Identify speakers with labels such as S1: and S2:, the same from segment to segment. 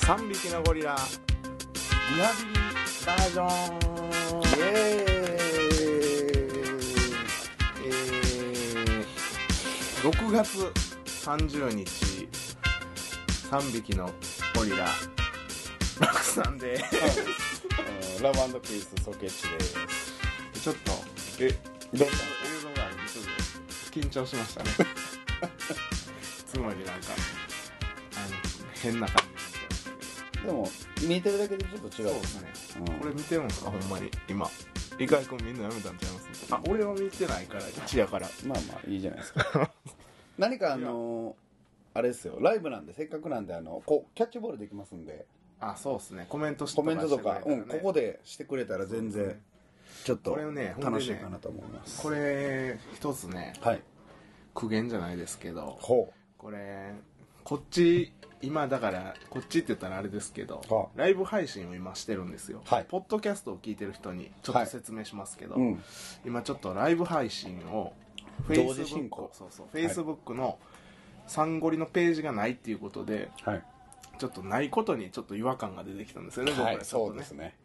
S1: 3匹のゴリラ
S2: リハビリバージョン
S1: イエーイ、えー、6月30日3匹のゴリラバクさんで
S2: うんラブピースソケッチです
S1: すちょっと
S2: えどうし
S1: 映像があるんでちょっと緊張しましたね つまりなんかあの変な感じ
S2: たでも見てるだけでちょっと違う
S1: そうですね
S2: うん
S1: これ見てるんですかほんまに今伊賀君みんなやめたんちゃいますあ俺は見てないから一やから
S2: まあまあいいじゃないですか 何かあのあれですよライブなんでせっかくなんであのこうキャッチボールできますんで
S1: あそうですねコメントし
S2: コメントとか、
S1: してく
S2: う
S1: れたら
S2: ん
S1: ね
S2: ここでしてくれたら全
S1: そうです
S2: 然
S1: ね
S2: ちょっと
S1: これをねほんでね
S2: 楽しいかなと思います、
S1: これ一つね
S2: はい
S1: 苦言じゃないですけど
S2: ほ
S1: これこっち今だからこっちって言ったらあれですけど、
S2: は
S1: ライブ配信を今してるんですよ、
S2: はい
S1: ポッドキャストを聞いてる人にちょっ
S2: は
S1: と
S2: い
S1: 説明しますけど、
S2: ううん
S1: 今ちょっとライブ配信を
S2: 同時進行
S1: Facebook そうそうフェイスブックのサンゴリのページがないっていうことで
S2: はい、
S1: ちょっとないことにちょっと違和感が出てきたんですよね、僕
S2: は
S1: ら
S2: い、
S1: ちょっ
S2: そ
S1: と
S2: うですね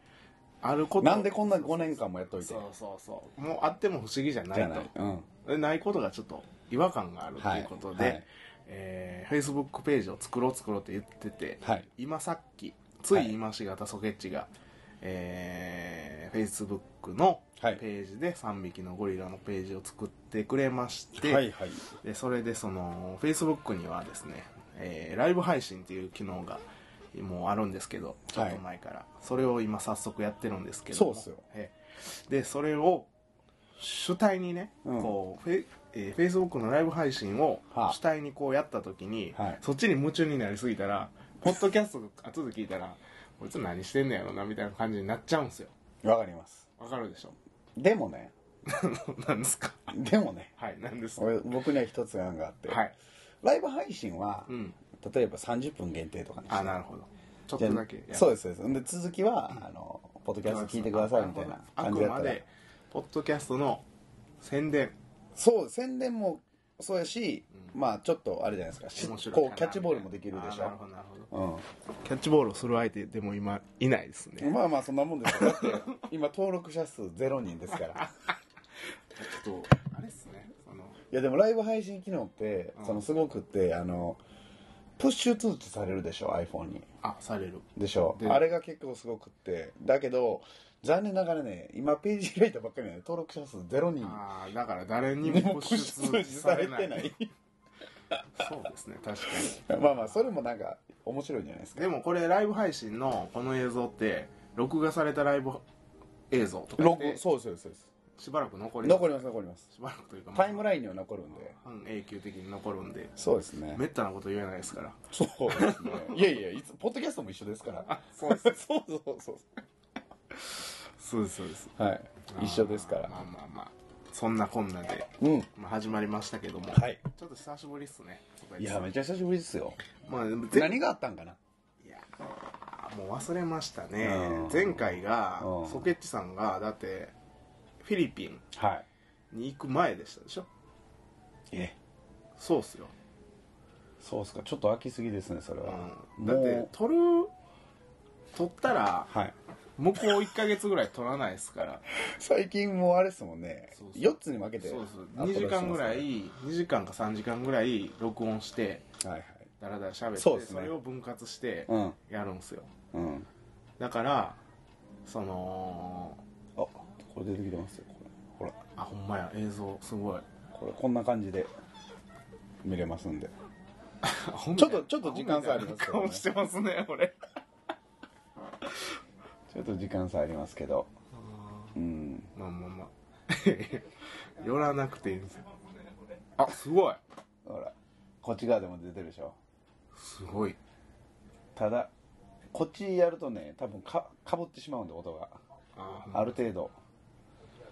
S1: あること
S2: なんでこんな5年間もやっといて
S1: そうそうそうもうあっても不思議じゃないと
S2: じゃない、うん、
S1: でないことがちょっと違和感があるということで、
S2: はいはい
S1: えー、Facebook ページを作ろう作ろうって言ってて、
S2: はい
S1: 今さっきつ
S2: はい
S1: い今しがたソケッチが、えー、Facebook のペ
S2: はい
S1: ージで3匹のゴリラのページを作ってくれまして、
S2: はいはい
S1: でそれでその Facebook にはですね、えーライブ配信っていう機能がもうあるんですけどちょっと前から、それを今早速やってるんですけども
S2: そうっすよ
S1: ええでそれを主体にね、
S2: うん
S1: こうフェ、えー、Facebook のライブ配信を
S2: はあ
S1: 主体にこうやった時に、
S2: はい
S1: そっちに夢中になりすぎたらポッドキャスト後で聞いたらこいつ何してんねやろなみたいな感じになっちゃうんですよ
S2: わかります
S1: わかる でしょ
S2: でもね
S1: なんですか
S2: でもね
S1: はいなんです
S2: 俺僕には一つ案があって、
S1: はい
S2: ライブ配信は、
S1: うん
S2: 例えば30分限定とかにして
S1: あなるほどちょっ
S2: じゃ
S1: と
S2: あ
S1: だけやる
S2: そうですそうですで続きは、あのポッドキャスト聞いてくださいみたいな
S1: あ
S2: 感
S1: く
S2: じだった
S1: ま
S2: ら
S1: でポッドキャストの宣伝
S2: そう宣伝もそうやし、まあちょっとあれじゃないですか
S1: 面
S2: し
S1: 白い
S2: こうキャッチボールもできるでし
S1: あなるほどなるほ
S2: ょ、
S1: どキャッチボールをする相手でも今いないです
S2: うん、
S1: ね
S2: まあまあそんなもんですよ だって今登録者数0人ですから
S1: ちょっとあれっすねその
S2: いやでもライブ配信機能って、そのすごくってあのプッシュ通知されるでしょ iPhone に
S1: あされる
S2: でしょ
S1: で
S2: あれが結構すごくってだけど残念ながらね今ページ開いたばっかりなので登録者数0人
S1: ああだから誰に
S2: に
S1: も
S2: もプッ
S1: 出
S2: シュ通知されてない
S1: そうですね確か
S2: まあまあそれもなんか面白いんじゃないです
S1: に
S2: か
S1: でもこれライブ配信のこの映像って録画されたライブ映像とかって
S2: 録そうですそうです
S1: しばらく残り
S2: 残ります残ります
S1: しばらくというかまあ
S2: タイムラインには残るんで
S1: 半永久的に残るんで
S2: そうですね
S1: めったなこと言えないですから
S2: そうです ねいやいやいつポッドキャストも一緒ですから
S1: そうです
S2: そうそうそう
S1: そうですそうです
S2: はい一緒ですから
S1: まあまあまあそんなこんなで、
S2: うん
S1: まあ、始まりましたけども、
S2: はい
S1: ちょっと久しぶりっすね
S2: いやめちゃ久しぶりですよ
S1: まあでも前
S2: 何があったんかない
S1: やもう忘れましたね
S2: うん
S1: 前回が
S2: うん
S1: ソケッチさんがだってフィリピン
S2: はい
S1: に行く前でしたでしょ
S2: え
S1: そうっすよ、
S2: そうっすかちょっと飽きすぎですねそれは
S1: うん、だって
S2: も
S1: 撮る撮ったら
S2: うはい
S1: 向こう1か月ぐらい撮らないですから
S2: 最近もうあれですもんね
S1: そうそう
S2: 4つに分けて
S1: そうそう
S2: アップ
S1: 2時
S2: ロード
S1: 間ぐらい
S2: して
S1: 2時間か3時間ぐらい録音して
S2: ますからはい
S1: だらだら喋って
S2: そ
S1: そ,、
S2: うっすね
S1: れを分割して
S2: はい
S1: やるんですよ
S2: うんうん
S1: だからその
S2: あこれ出てきてますよこれほ
S1: あほんまや映像すごい
S2: らこれこんな感じで見れますんで
S1: ほんまや
S2: ちょっとちょっと時間差ありますけどね
S1: ほんまや顔してますね俺
S2: ちょっと時間差ありますけどうん
S1: まあまあ まあ寄らなくていいんですよあすごい
S2: ほらこっち側でも出てるでしょ
S1: すごい
S2: ただこっちやるとね多分かかぶってしまうんで音が
S1: あ
S2: ある程度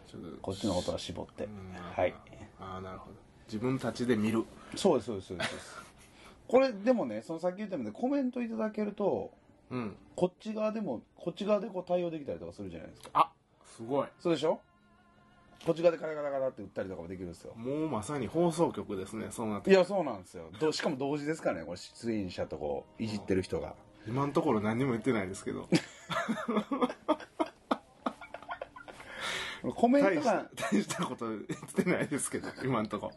S1: ちょっと
S2: こっちの音は絞って
S1: うん
S2: はい
S1: あなるほど自分たちで見る
S2: そうですそうですそうですそうですこれでもねそのさっき言ったようにコメントいただけると
S1: うん
S2: こっち側でもこっち側でこう対応できたりとかするじゃないですか
S1: あすごい
S2: そうでしょこっち側でカラカラカラって打ったりとかもできるんですよ
S1: もうまさに放送局ですねそうなって
S2: いやそうなんですよどしかも同時ですからねこれ出演者とこういじってる人が、
S1: 今のところ何にも言ってないです けど
S2: コメン
S1: 大
S2: ト
S1: し
S2: が
S1: た大したこと言ってないですけど今のとこ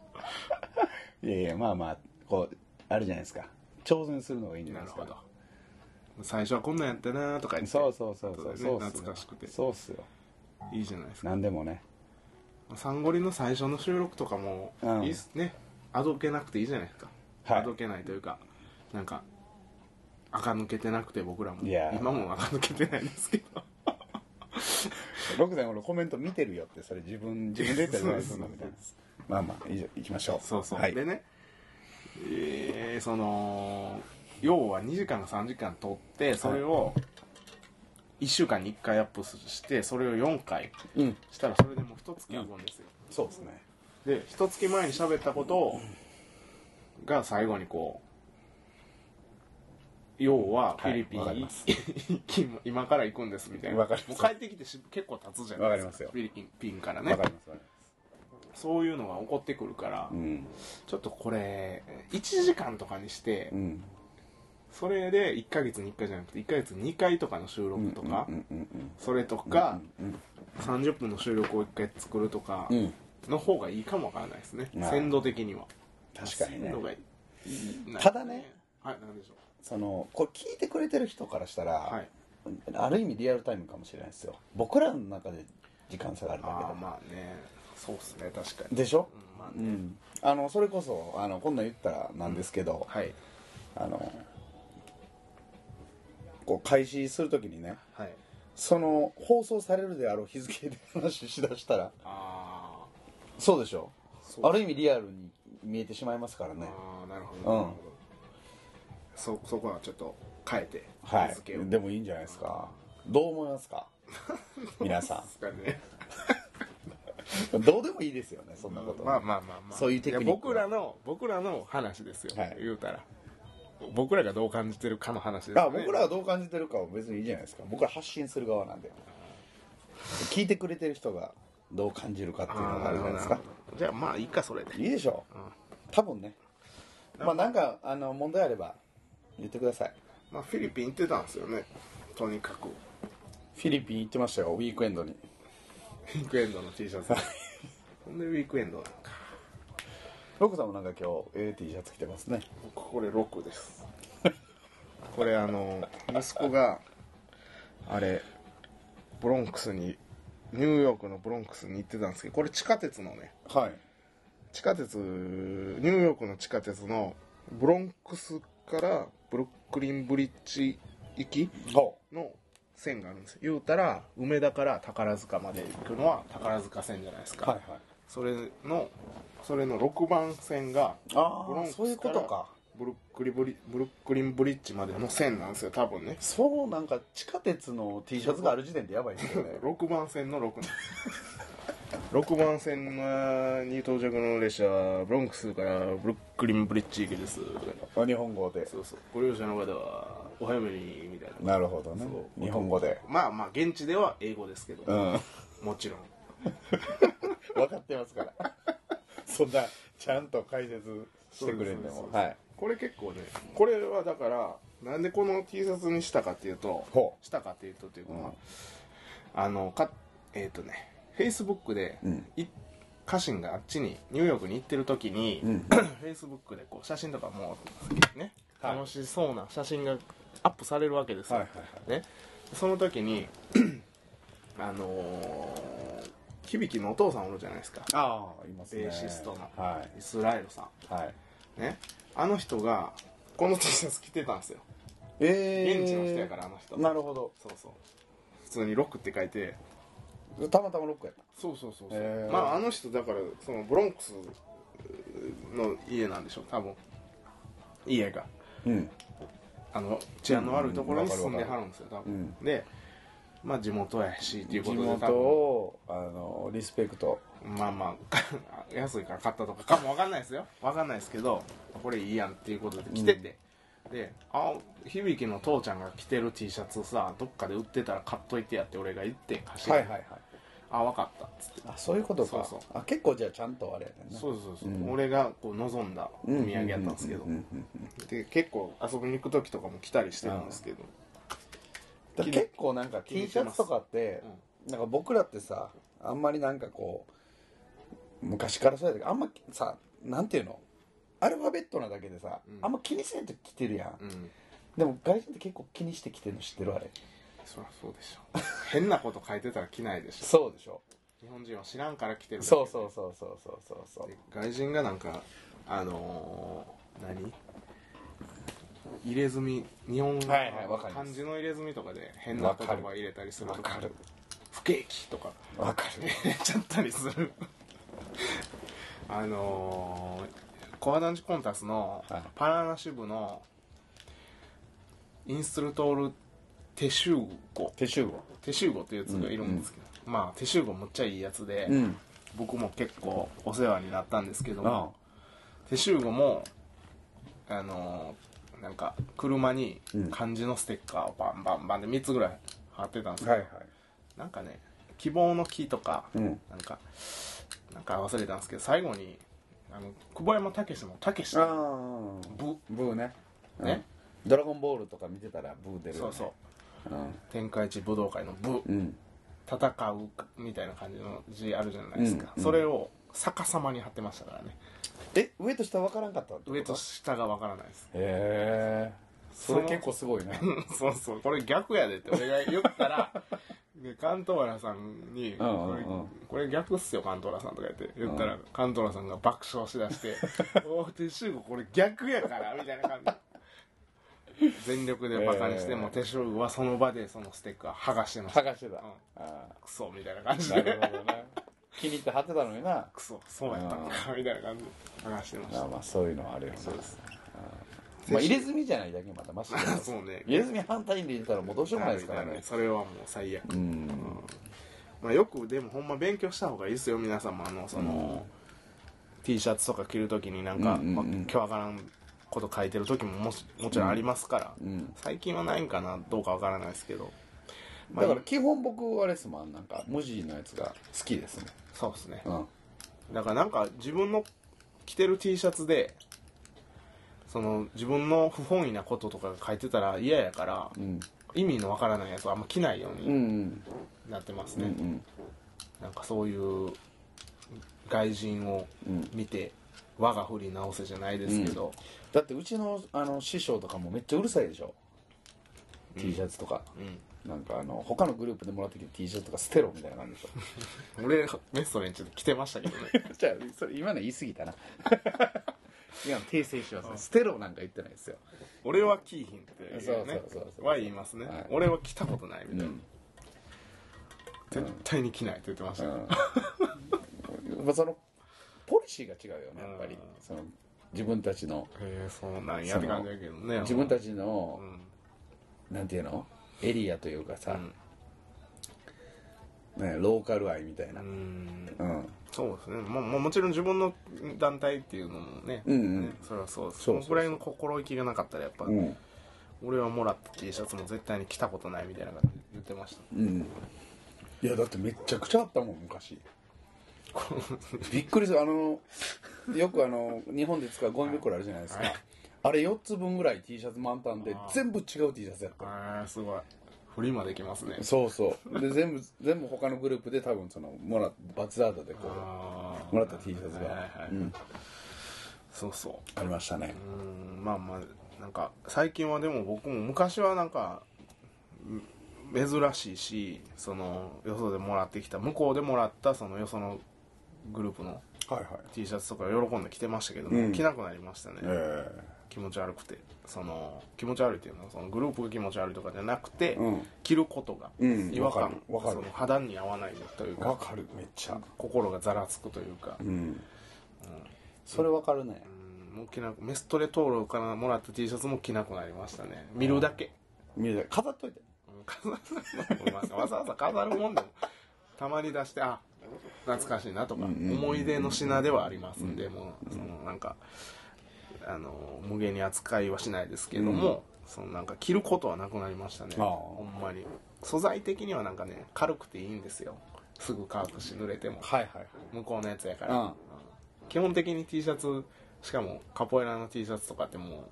S2: いやいやまあまあこうあるじゃないですか挑戦するのがいいんじゃな
S1: ないる
S2: ですか
S1: ほど最初はこんなんやったなとか言って
S2: そうそうそうそ
S1: 後
S2: う
S1: で
S2: そ
S1: ね
S2: うっすよ
S1: 懐かしくて
S2: そうっすよ
S1: いいじゃないですか
S2: 何でもね
S1: サンゴリの最初の収録とかも
S2: うん
S1: いいっすねあどけなくていいじゃないですか、
S2: はい
S1: あどけないというかなんか垢抜けてなくて僕らも
S2: いやー
S1: 今も垢抜けてないですけど
S2: 六さん俺コメント見てるよってそれ自分自分で言ったらどうなる
S1: そうそうそう
S2: のみたいなまあまあ以上行きましょう
S1: そうそう、
S2: はい
S1: でねえーその要は2時間か3時間撮ってそれを1週間に1回アップしてそれを4回
S2: うん
S1: したらそれでもう1月分ですよ、
S2: そうですね
S1: で一月前に喋ったことをが最後にこう要はフィリピン
S2: はいわかり
S1: に
S2: ます
S1: 今から行くんですみたいな
S2: わかります
S1: もう帰ってきてし結構経つじゃないですか
S2: わかりますよ
S1: フィリピンから
S2: わ
S1: ね
S2: かりますわかります
S1: そういうのが起こってくるから、
S2: うん
S1: ちょっとこれ1時間とかにして、
S2: うん
S1: それで1ヶ月に1回じゃなくて1ヶ月に2回とかの収録とか、
S2: うんうんうん
S1: それとか、
S2: うん
S1: 30分の収録を1回作るとか
S2: うん
S1: の方がいいかもわからないですね、
S2: まあ
S1: 鮮度的には。
S2: 確かにね
S1: 鮮度がいい
S2: ただね
S1: はいなんでしょ
S2: そのこれ聞いてくれてる人からしたら、
S1: うはい
S2: ある意味リアルタイムかもしれないですよ僕らの中で時間差があるだけ
S1: あ
S2: で
S1: あまあねそうっすね確かに
S2: でしょ、
S1: うんまあ
S2: う
S1: ね
S2: ん、あのそれこそあのこんなん言ったらなんですけど、
S1: はい
S2: あのこう開始するときにね
S1: はい
S2: その放送されるであろう日付で話しだしたら
S1: あ
S2: そうでしょ
S1: あそう
S2: ある意味リアルに見えてしまいますからね
S1: ああなるほど
S2: うん
S1: なるほどそそこはちょっと変えて
S2: は
S1: 日付を
S2: いでもいいんじゃないですかどう思いま すか皆さ
S1: ですかね
S2: んどうでもいいですよねそんなこと、
S1: まあまあまあまあ
S2: そういうテクニック
S1: や僕らの僕らの話ですよ、
S2: はい
S1: 言うたら僕らがどう感じてるかの話です、ね、
S2: あ僕らはどう感じてるかは別にいいじゃないですか僕ら発信する側なんで聞いてくれてる人がどう感じるかっていうのがあるじゃないです
S1: あ
S2: か
S1: ーなるほどじゃあまあいいかそれで
S2: いいでしょう、多分ねまあなんかあの問題あれば言ってください
S1: まあフィリピン行ってたんですよねとにかく
S2: フィリピン行ってましたよウィークエンドに
S1: ウィークエンドの T シャツほんでウィークエンドなんか
S2: ロコさんもなんか今日 A T シャツ着てますね
S1: 僕これロックですこれあの息子があれブロンクスにニューヨークのブロンクスに行ってたんですけどこれ地下鉄のね
S2: はい
S1: 地下鉄ニューヨークの地下鉄のブロンクスからブルックリンブリッジ行き
S2: ほ
S1: の線があるんですよ言うたら梅田から宝塚まで行くのは宝塚線じゃないですか、
S2: いはい
S1: それのそれの6番線が
S2: あ
S1: ブロン
S2: あ
S1: クス
S2: そういうこと
S1: から
S2: か
S1: ブルックリブリブルックリンブリッジまでの線なんですよ多分ね
S2: そうなんか地下鉄の T シャツがある時点でやばいですよね
S1: 6番線の6なんです6番線のに到着の列車はブロンクスからブルックリンブリッジ行きです
S2: 日本語で
S1: そうそうご利用者の方はお早めにみたいな
S2: なるほどね
S1: そう
S2: 日本語で
S1: まあまあ現地では英語ですけど、
S2: うん
S1: もちろん
S2: 分かってますから そんなちゃんと解説してくれんで
S1: そうで
S2: も
S1: す
S2: はい
S1: これ結構ねこれはだからなんでこの T シャツにしたかっていうと
S2: ほ
S1: したかっていうとというか、
S2: うん
S1: あのかえっ、とねフェイスブックで、
S2: うん
S1: い家臣があっちにニューヨークに行ってる時に、
S2: うん
S1: フェイスブックでこう写真とかもうね、
S2: はい
S1: 楽しそうな写真がアップされるわけですよ、
S2: はいはいは
S1: ね、その時に あのー響のお父さんおるじゃないですか
S2: ああいます
S1: ベーシストの
S2: は
S1: イスラエルさん
S2: いはい
S1: ね、あの人がこの T シャツ着てたんですよ
S2: ええ
S1: 現地の人やからあの人
S2: なるほど
S1: そうそう普通にロックって書いて
S2: たまたまロックやった
S1: そうそうそうそう、
S2: へー
S1: まああの人だからそのブロンクスの家なんでしょう多分家が
S2: うん
S1: あの治安の悪いところに住んではるんですよ多
S2: う
S1: 分
S2: ん、
S1: でまあ地元やしっていうこ
S2: 地
S1: とで
S2: 元をあのリスペクト
S1: 多分まあまあ安いから買ったとかかもわかんないですよわかんないですけどこれいいやんっていうことで着てて、で「あ響の父ちゃんが着てる T シャツさどっかで売ってたら買っといてや」って俺が言って貸して、
S2: はいはいはい
S1: あ分かったっつって
S2: あそういうことか
S1: そうそう
S2: あ結構じゃあちゃんとあれやねんな
S1: そうそうそう、俺がこう望んだお土産やったんですけどで結構遊びに行く時とかも来たりしてるんですけど
S2: だから結構なんか T シャツとかって、なんか僕らってさあんまりなんかこう昔からそうやけどあんまさなんていうのアルファベットなだけでさ、あんま気にせんと着てるや
S1: う
S2: ん、
S1: ん
S2: でも外人って結構気にして着てるの知ってるあれ
S1: そりゃそうでしょ変なこと書いてたら来ないでしょ
S2: そうでしょ
S1: 日本人は知らんから来てるだけ
S2: そうそうそうそうそうそうそう
S1: で外人がなんかあのー何入れ墨日本の
S2: はいはいわかりま
S1: 漢
S2: す
S1: 字の入れ墨とかで変な言葉入れたりする
S2: わ
S1: と
S2: かる
S1: 不景気とか
S2: わかる
S1: 入れちゃったりするあのー、コアダンジコンタスの
S2: はい
S1: パラーナ支部のインストルトールテシューゴ
S2: 手集合
S1: テシューゴっていうやつがいるんですけど、まあテシューゴむっちゃいいやつで、
S2: うん
S1: 僕も結構お世話になったんですけど
S2: あ
S1: も手集合もあのーなんか車に
S2: うん
S1: 漢字のステッカーをバンバンバンで3つぐらい貼ってたんです
S2: あ
S1: けど、なんかね希望の木とか、
S2: うん
S1: なんかなんか忘れたんですけど最後にあの久保山武史の武史
S2: あ
S1: の
S2: あ
S1: 部
S2: ブーね
S1: ね
S2: うんドラゴンボールとか見てたらブー出るよ
S1: そ
S2: ね
S1: うそう
S2: うん
S1: 天下一武道会の部
S2: うん
S1: 戦うみたいな感じの字あるじゃないですか、
S2: うん
S1: それを逆さまに貼ってましたからね
S2: え上と下分からんかったってこと
S1: 上と下がわからないです
S2: へえそれ結構すごいね
S1: そうそう、これ逆やでって俺が言ったら、 で、カントーラさんに、
S2: うんうんうん
S1: これこれ逆っすよ、カントーラさんとか言って、言ったら、カントーラさんが爆笑 しだして、おー、テシューゴこれ逆やから、みたいな感じ。全力でバカにしても、
S2: えー
S1: テシューゴはその場でそのステッカー剥がしてました。
S2: 剥がしてた
S1: うん
S2: あ
S1: クソ、みたいな感じ
S2: ーなる
S1: で。
S2: ほど ね気に入って貼ってたのにな
S1: クソ、そうやったのか、みたいな感じで剥がしてました
S2: あ。まあそういうのはあるよね
S1: そうです。
S2: まあ入れ墨じゃないだけまだマシだけど
S1: そうね
S2: 入れ墨反対に入れたらもうどうしようもないですから
S1: ダメダメ
S2: ね
S1: それはもう最悪。
S2: うん
S1: まあ、よくでもほんま勉強した方がいいですよ皆さんもあのその、T シャツとか着るときになんか、
S2: うんうんうん
S1: まあ、今日わからんこと書いてる時ももしもちろんありますから、
S2: うん
S1: 最近はないんかなどうかわからないですけど、まあ、
S2: だから基本僕あれですもんなんか文字のやつが好きですね
S1: そうですね
S2: うん
S1: だからなんか自分の着てる T シャツでその自分の不本意なこととかが書いてたら嫌やから、
S2: うん
S1: 意味のわからないやつはあんま着ないよう
S2: うんう
S1: に
S2: ん
S1: なってます
S2: う
S1: ね、
S2: ん
S1: なんかそういう外人を
S2: うん
S1: 見て、我が振り直せじゃないですけど、
S2: だってうちのあの師匠とかもめっちゃうるさいでしょ T シャツとかなんかあの他のグループでもらってきた T シャツとか捨てろみたいな感じでしょ
S1: うん俺メストレンチで着てましたけどね
S2: じゃあそれ今の言い過ぎ たな今の訂正します、捨てろなんか言ってないですよ
S1: 俺は着いひんっていうね
S2: そうそうそうそう
S1: は言いますね、
S2: はい
S1: 俺は着たことないみ
S2: う
S1: たいな、
S2: ん、
S1: 絶対に着ないって言ってました、
S2: うん、まあそのポリシーが違うよねやっぱり
S1: うん
S2: その自分たちの
S1: へえそうなんやって感じやけどね
S2: 自分た
S1: ち、
S2: ちの
S1: う、ん
S2: なんていうのエリアというか
S1: う
S2: さ、
S1: ん
S2: ね、ローカル愛みたいうな、うん
S1: ん
S2: うん
S1: そうですねもうもうもちろん自分の団体っていうのもね,、
S2: うんうん
S1: ねそれはそうです
S2: そ
S1: そう
S2: そうそう
S1: のくらいの心意気がなかったらやっぱ、俺はもらった T シャツも絶対に着たことないみたいな感じで言ってました
S2: うん、いやだってめっちゃくちゃあったもん 昔
S1: この
S2: びっくりするあのよくあの日本で使うゴミ袋あるじゃないですか、あれ4つ分ぐらい T シャツ満タンで
S1: あー
S2: 全部違う T シャツやった
S1: あーすごい振りまできますね
S2: そうそうで全部全部他のグループで多分そのもらっバツアートでこ
S1: あー
S2: うもらった T シャツ
S1: はいはい
S2: が
S1: はいそうそ
S2: ありましたね
S1: ううんまあまあなんか最近はでも僕も昔はなんかん珍しいしそのよそでもらってきた向こうでもらったそのよそのグループの
S2: はいはい
S1: T シャツとか喜んで着てましたけども、
S2: うん
S1: 着なくなりましたね、
S2: え
S1: 気持ち悪くてその気持ち悪いっていうのはそのグループが気持ち悪いとかじゃなくて、
S2: うん
S1: 着ることが
S2: うん
S1: 違和
S2: わか
S1: 感
S2: る、わかる
S1: その肌に合わないという
S2: え
S1: か
S2: かるめっちゃ
S1: 心がざらつくというか、
S2: うん、それわかるね
S1: うんもう着なくメストレトールからもらった T シャツも着なくなりましたね見るだけ、
S2: 見る飾っといて
S1: うん飾るわざわざ飾るもんでもたまに出してあ懐かしいなとか、思い出の品ではありますんで、もうそのなんかあの無限に扱いはしないですけども、そのなんか着ることはなくなりましたね
S2: ああ
S1: ほんまに素材的にはなんかね軽くていいんですよすぐ乾くし濡れても
S2: はいはい
S1: 向こうのやつやから、
S2: はい
S1: 基本的に T シャツしかもカポエラの T シャツとかっても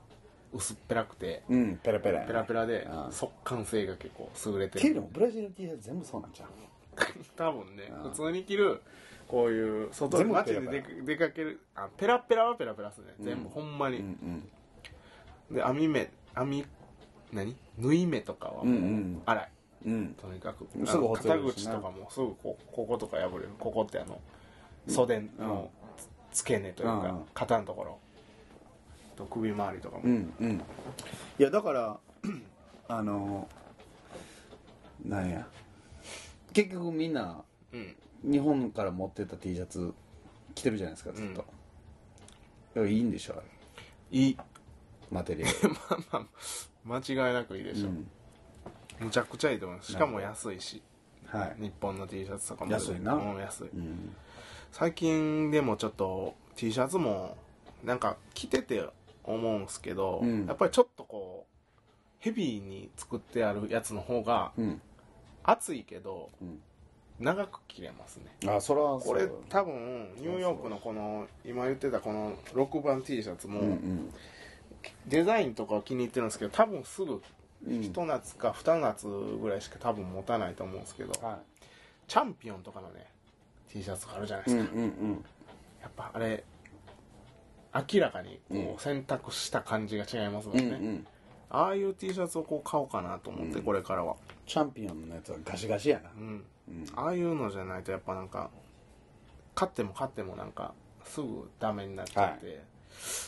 S1: う薄っぺらくて
S2: うん、うん、ペラペラやね
S1: ペラペラで
S2: うんっ
S1: 速乾性が結構優れて
S2: ていう
S1: る
S2: のもブラジルの T シャツ全部そうなんちゃう
S1: 多分ね
S2: うん
S1: 普通に着るこういう外で
S2: 全部
S1: 街
S2: ペラ
S1: で
S2: ペラ
S1: 出か出かけるあペラペラはペラペラっすね全部、
S2: うん
S1: ほんまに、
S2: うんうん
S1: で網目網何縫い目とかは
S2: うんう
S1: もうん荒い、
S2: うん
S1: とにかく
S2: すぐほつ
S1: 肩
S2: れるし
S1: 口
S2: な
S1: とかもすぐここことか破れるここってあの袖のつ付け根という
S2: う
S1: か
S2: ん
S1: 肩のところと首周りとか
S2: う
S1: も
S2: んうんいやだから あのなんや結局みんな
S1: うん
S2: 日本から持ってった T シャツ着てるじゃないですかずっと、だからいいんでしょあれ
S1: い い
S2: マテリアル、
S1: まあまあ間違いなくいいでしょ
S2: うん
S1: むちゃくちゃいいと思いますしかも安いし
S2: はい、
S1: 日本の T シャツとかも
S2: 安いな
S1: うん安い
S2: うん、
S1: 最近でもちょっと T シャツもなんか着てて思うんすけど、
S2: うん
S1: やっぱりちょっとこうヘビーに作ってあるやつの方が
S2: うん
S1: 暑いけど
S2: うん
S1: 長く着れますね
S2: あそれは
S1: これ多分ニューヨークのこの今言ってたこの6番 T シャツ
S2: う
S1: も、
S2: んうん
S1: デザインとかは気に入ってるんですけど多分すぐ
S2: うん
S1: 一夏か二夏ぐらいしか多分持たないと思うんですけど、
S2: は
S1: チャンピオンとかのね T シャツがあるじゃないで
S2: い、う
S1: す
S2: ん
S1: か、
S2: うん
S1: やっぱあれ明らかにこ
S2: うん
S1: う選択した感じが違いますもん
S2: うんう
S1: ね、
S2: んうん
S1: ああいう T シャツをこう買おうかなと思って、
S2: うん
S1: これからは、
S2: チャンピオンのやつはガシガシやな
S1: うん、
S2: うん
S1: ああいうのじゃないとやっぱなんか買っても買ってもなんかすぐダメになっちゃって、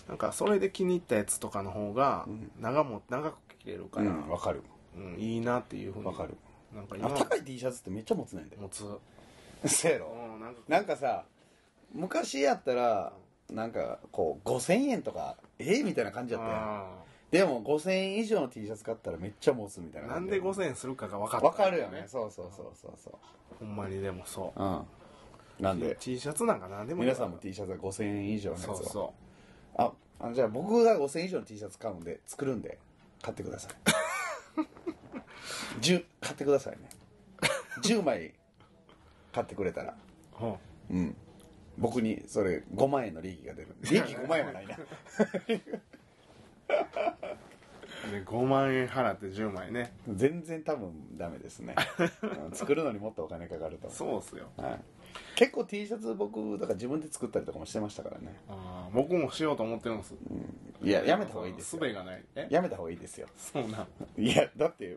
S1: なんかそれで気に入ったやつとかの方が
S2: うん
S1: 長も長く着れるか
S2: う
S1: ら、
S2: んわかる
S1: うんいいなっていうふうに
S2: わかる
S1: なんか
S2: あ
S1: 今
S2: ったかい T シャツってめっちゃ持つねんで
S1: 持つ
S2: せやろ
S1: うんなんか
S2: なんかさ昔やったらなんかこう5000円とかええみたいな感じやったやん
S1: あ
S2: でも5000円以上の T シャツ買ったらめっちゃ持つみたい
S1: ー
S2: な
S1: なんで5000円するかが分かった
S2: わかるよねそうそうそうそうそ
S1: ほんまにでもそう
S2: うんなん
S1: う
S2: で
S1: T シャツなんか何でもいい
S2: 皆さんも T シャツは5000円以上のやつ
S1: そ
S2: を
S1: うそ
S2: ああのじゃあ僕が5000円以上の T シャツ買うんで作るんで買ってください 10買ってくださいね10枚買ってくれたら
S1: う、うん
S2: うん僕にそれ5万円の利益が 出る利益5万円はないな
S1: で5万円払って10枚ね
S2: 全然多分ダメです ねうん作るのにもっとお金かかると思
S1: そうっすよ
S2: う、はい、結構 T シャツ僕だから自分で作ったりとかもしてましたからね
S1: あー僕もしようと思ってるんです
S2: いややめた方がいいです
S1: す
S2: よ
S1: べがないえ
S2: やめた方がいいですよ
S1: そうなん
S2: いやだって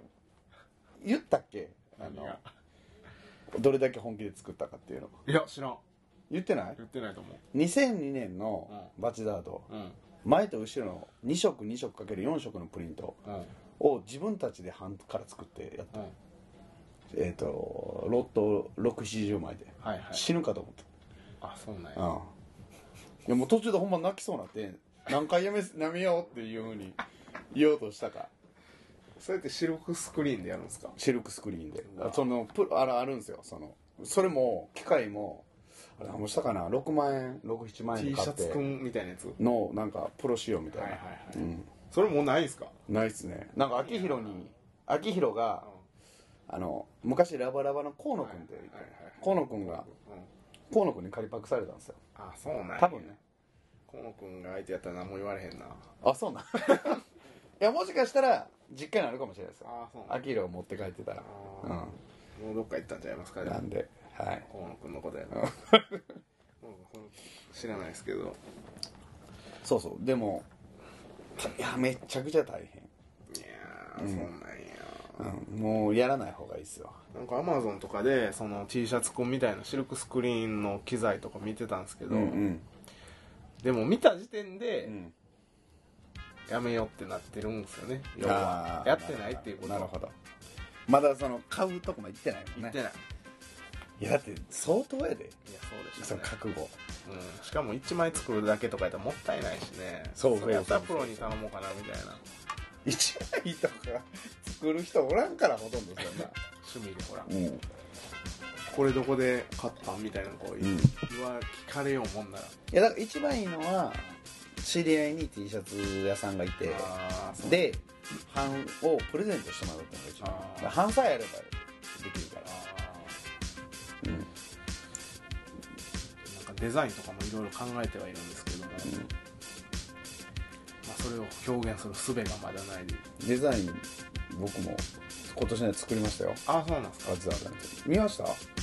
S2: 言ったっけあ
S1: 何
S2: の
S1: が
S2: どれだけ本気で作ったかっていうの
S1: いや知らん
S2: 言ってない
S1: 言ってないと思
S2: 2002年のバチダード、
S1: ううん
S2: 前と後ろの2色2色かける4色のプリント
S1: うん
S2: を自分たちで半から作ってやっ
S1: うん
S2: えっ、とロット670枚で、
S1: はいはい
S2: 死ぬかと思った
S1: あそうなん
S2: うん
S1: や
S2: いやもう途中でほんま泣きそうになって何回やめ やめようっていうふうに言おうとしたか
S1: そうやってシルクスクリーンでやるんですか
S2: シルクスクリーンで
S1: うわ
S2: そのプロあれあるんですよそのそれも機械もあれ何もしたかな6万円67万円
S1: T
S2: で
S1: シ
S2: 買
S1: ャ
S2: っ
S1: ツく
S2: て
S1: んみたいなやつは
S2: のなんかプロ仕様みたい
S1: い
S2: な、
S1: はいは
S2: う
S1: い
S2: ん
S1: それもうないんすか
S2: ないっすねなんか秋広に秋広が、あの昔ラバラバの河野君って、
S1: はいはいはい
S2: 河野君が
S1: うん
S2: 河野君に仮パクされたんですよ
S1: あそうなんや
S2: 多分ね
S1: 河野くんが相手やったら何も言われへんな
S2: あそうなん いやもしかしたら実家にあるかもしれないですよ
S1: あそうなん
S2: 秋広を持って帰ってたら
S1: あ
S2: う
S1: ーもうどっか行ったんちゃいますか
S2: ん
S1: じゃあ
S2: なんではい
S1: 河野くんのことやなうん知らないですけど
S2: そうそうでもいやめちゃくちゃ大変
S1: いやー、そうなんや
S2: うん、もうやらない方がいいですよ
S1: なんかアマゾンとかでその T シャツくんみたいなシルクスクリーンの機材とか見てたんですけど、
S2: ん
S1: でも見た時点
S2: う
S1: で
S2: ん
S1: やめようってなってるんですよね、要
S2: あ
S1: は
S2: ー
S1: やってないっていうこと
S2: なるほどまだその買うとこも行ってないもん
S1: 言
S2: ね
S1: ってない
S2: いやだって相当やで
S1: いやそうでし
S2: そ
S1: ょう
S2: の
S1: ね、
S2: 覚悟
S1: うん、しかも1枚作るだけとかやったらもったいないしね
S2: そうそう
S1: れやったらプロに頼もうかなみたいな
S2: 一枚とか作る人おらんからほとんどそんな
S1: 趣味でほら
S2: うん
S1: これどこで買ったんみたいなこう言
S2: い
S1: わ聞かれようもんなら
S2: やだから一番いいのは知り合いに T シャツ屋さんがいて
S1: あーそう
S2: で版をプレゼントしてもらうっていうのが一番いい
S1: あー
S2: だから版さえあればできるか
S1: あ
S2: ら、うん
S1: デザインとかもいろいろ考えてはいるんですけども、まあ、それを表現する術がまだない
S2: デザイン僕も今年のやつ作りましたよ
S1: ああそうなんですか
S2: わざわざ見ました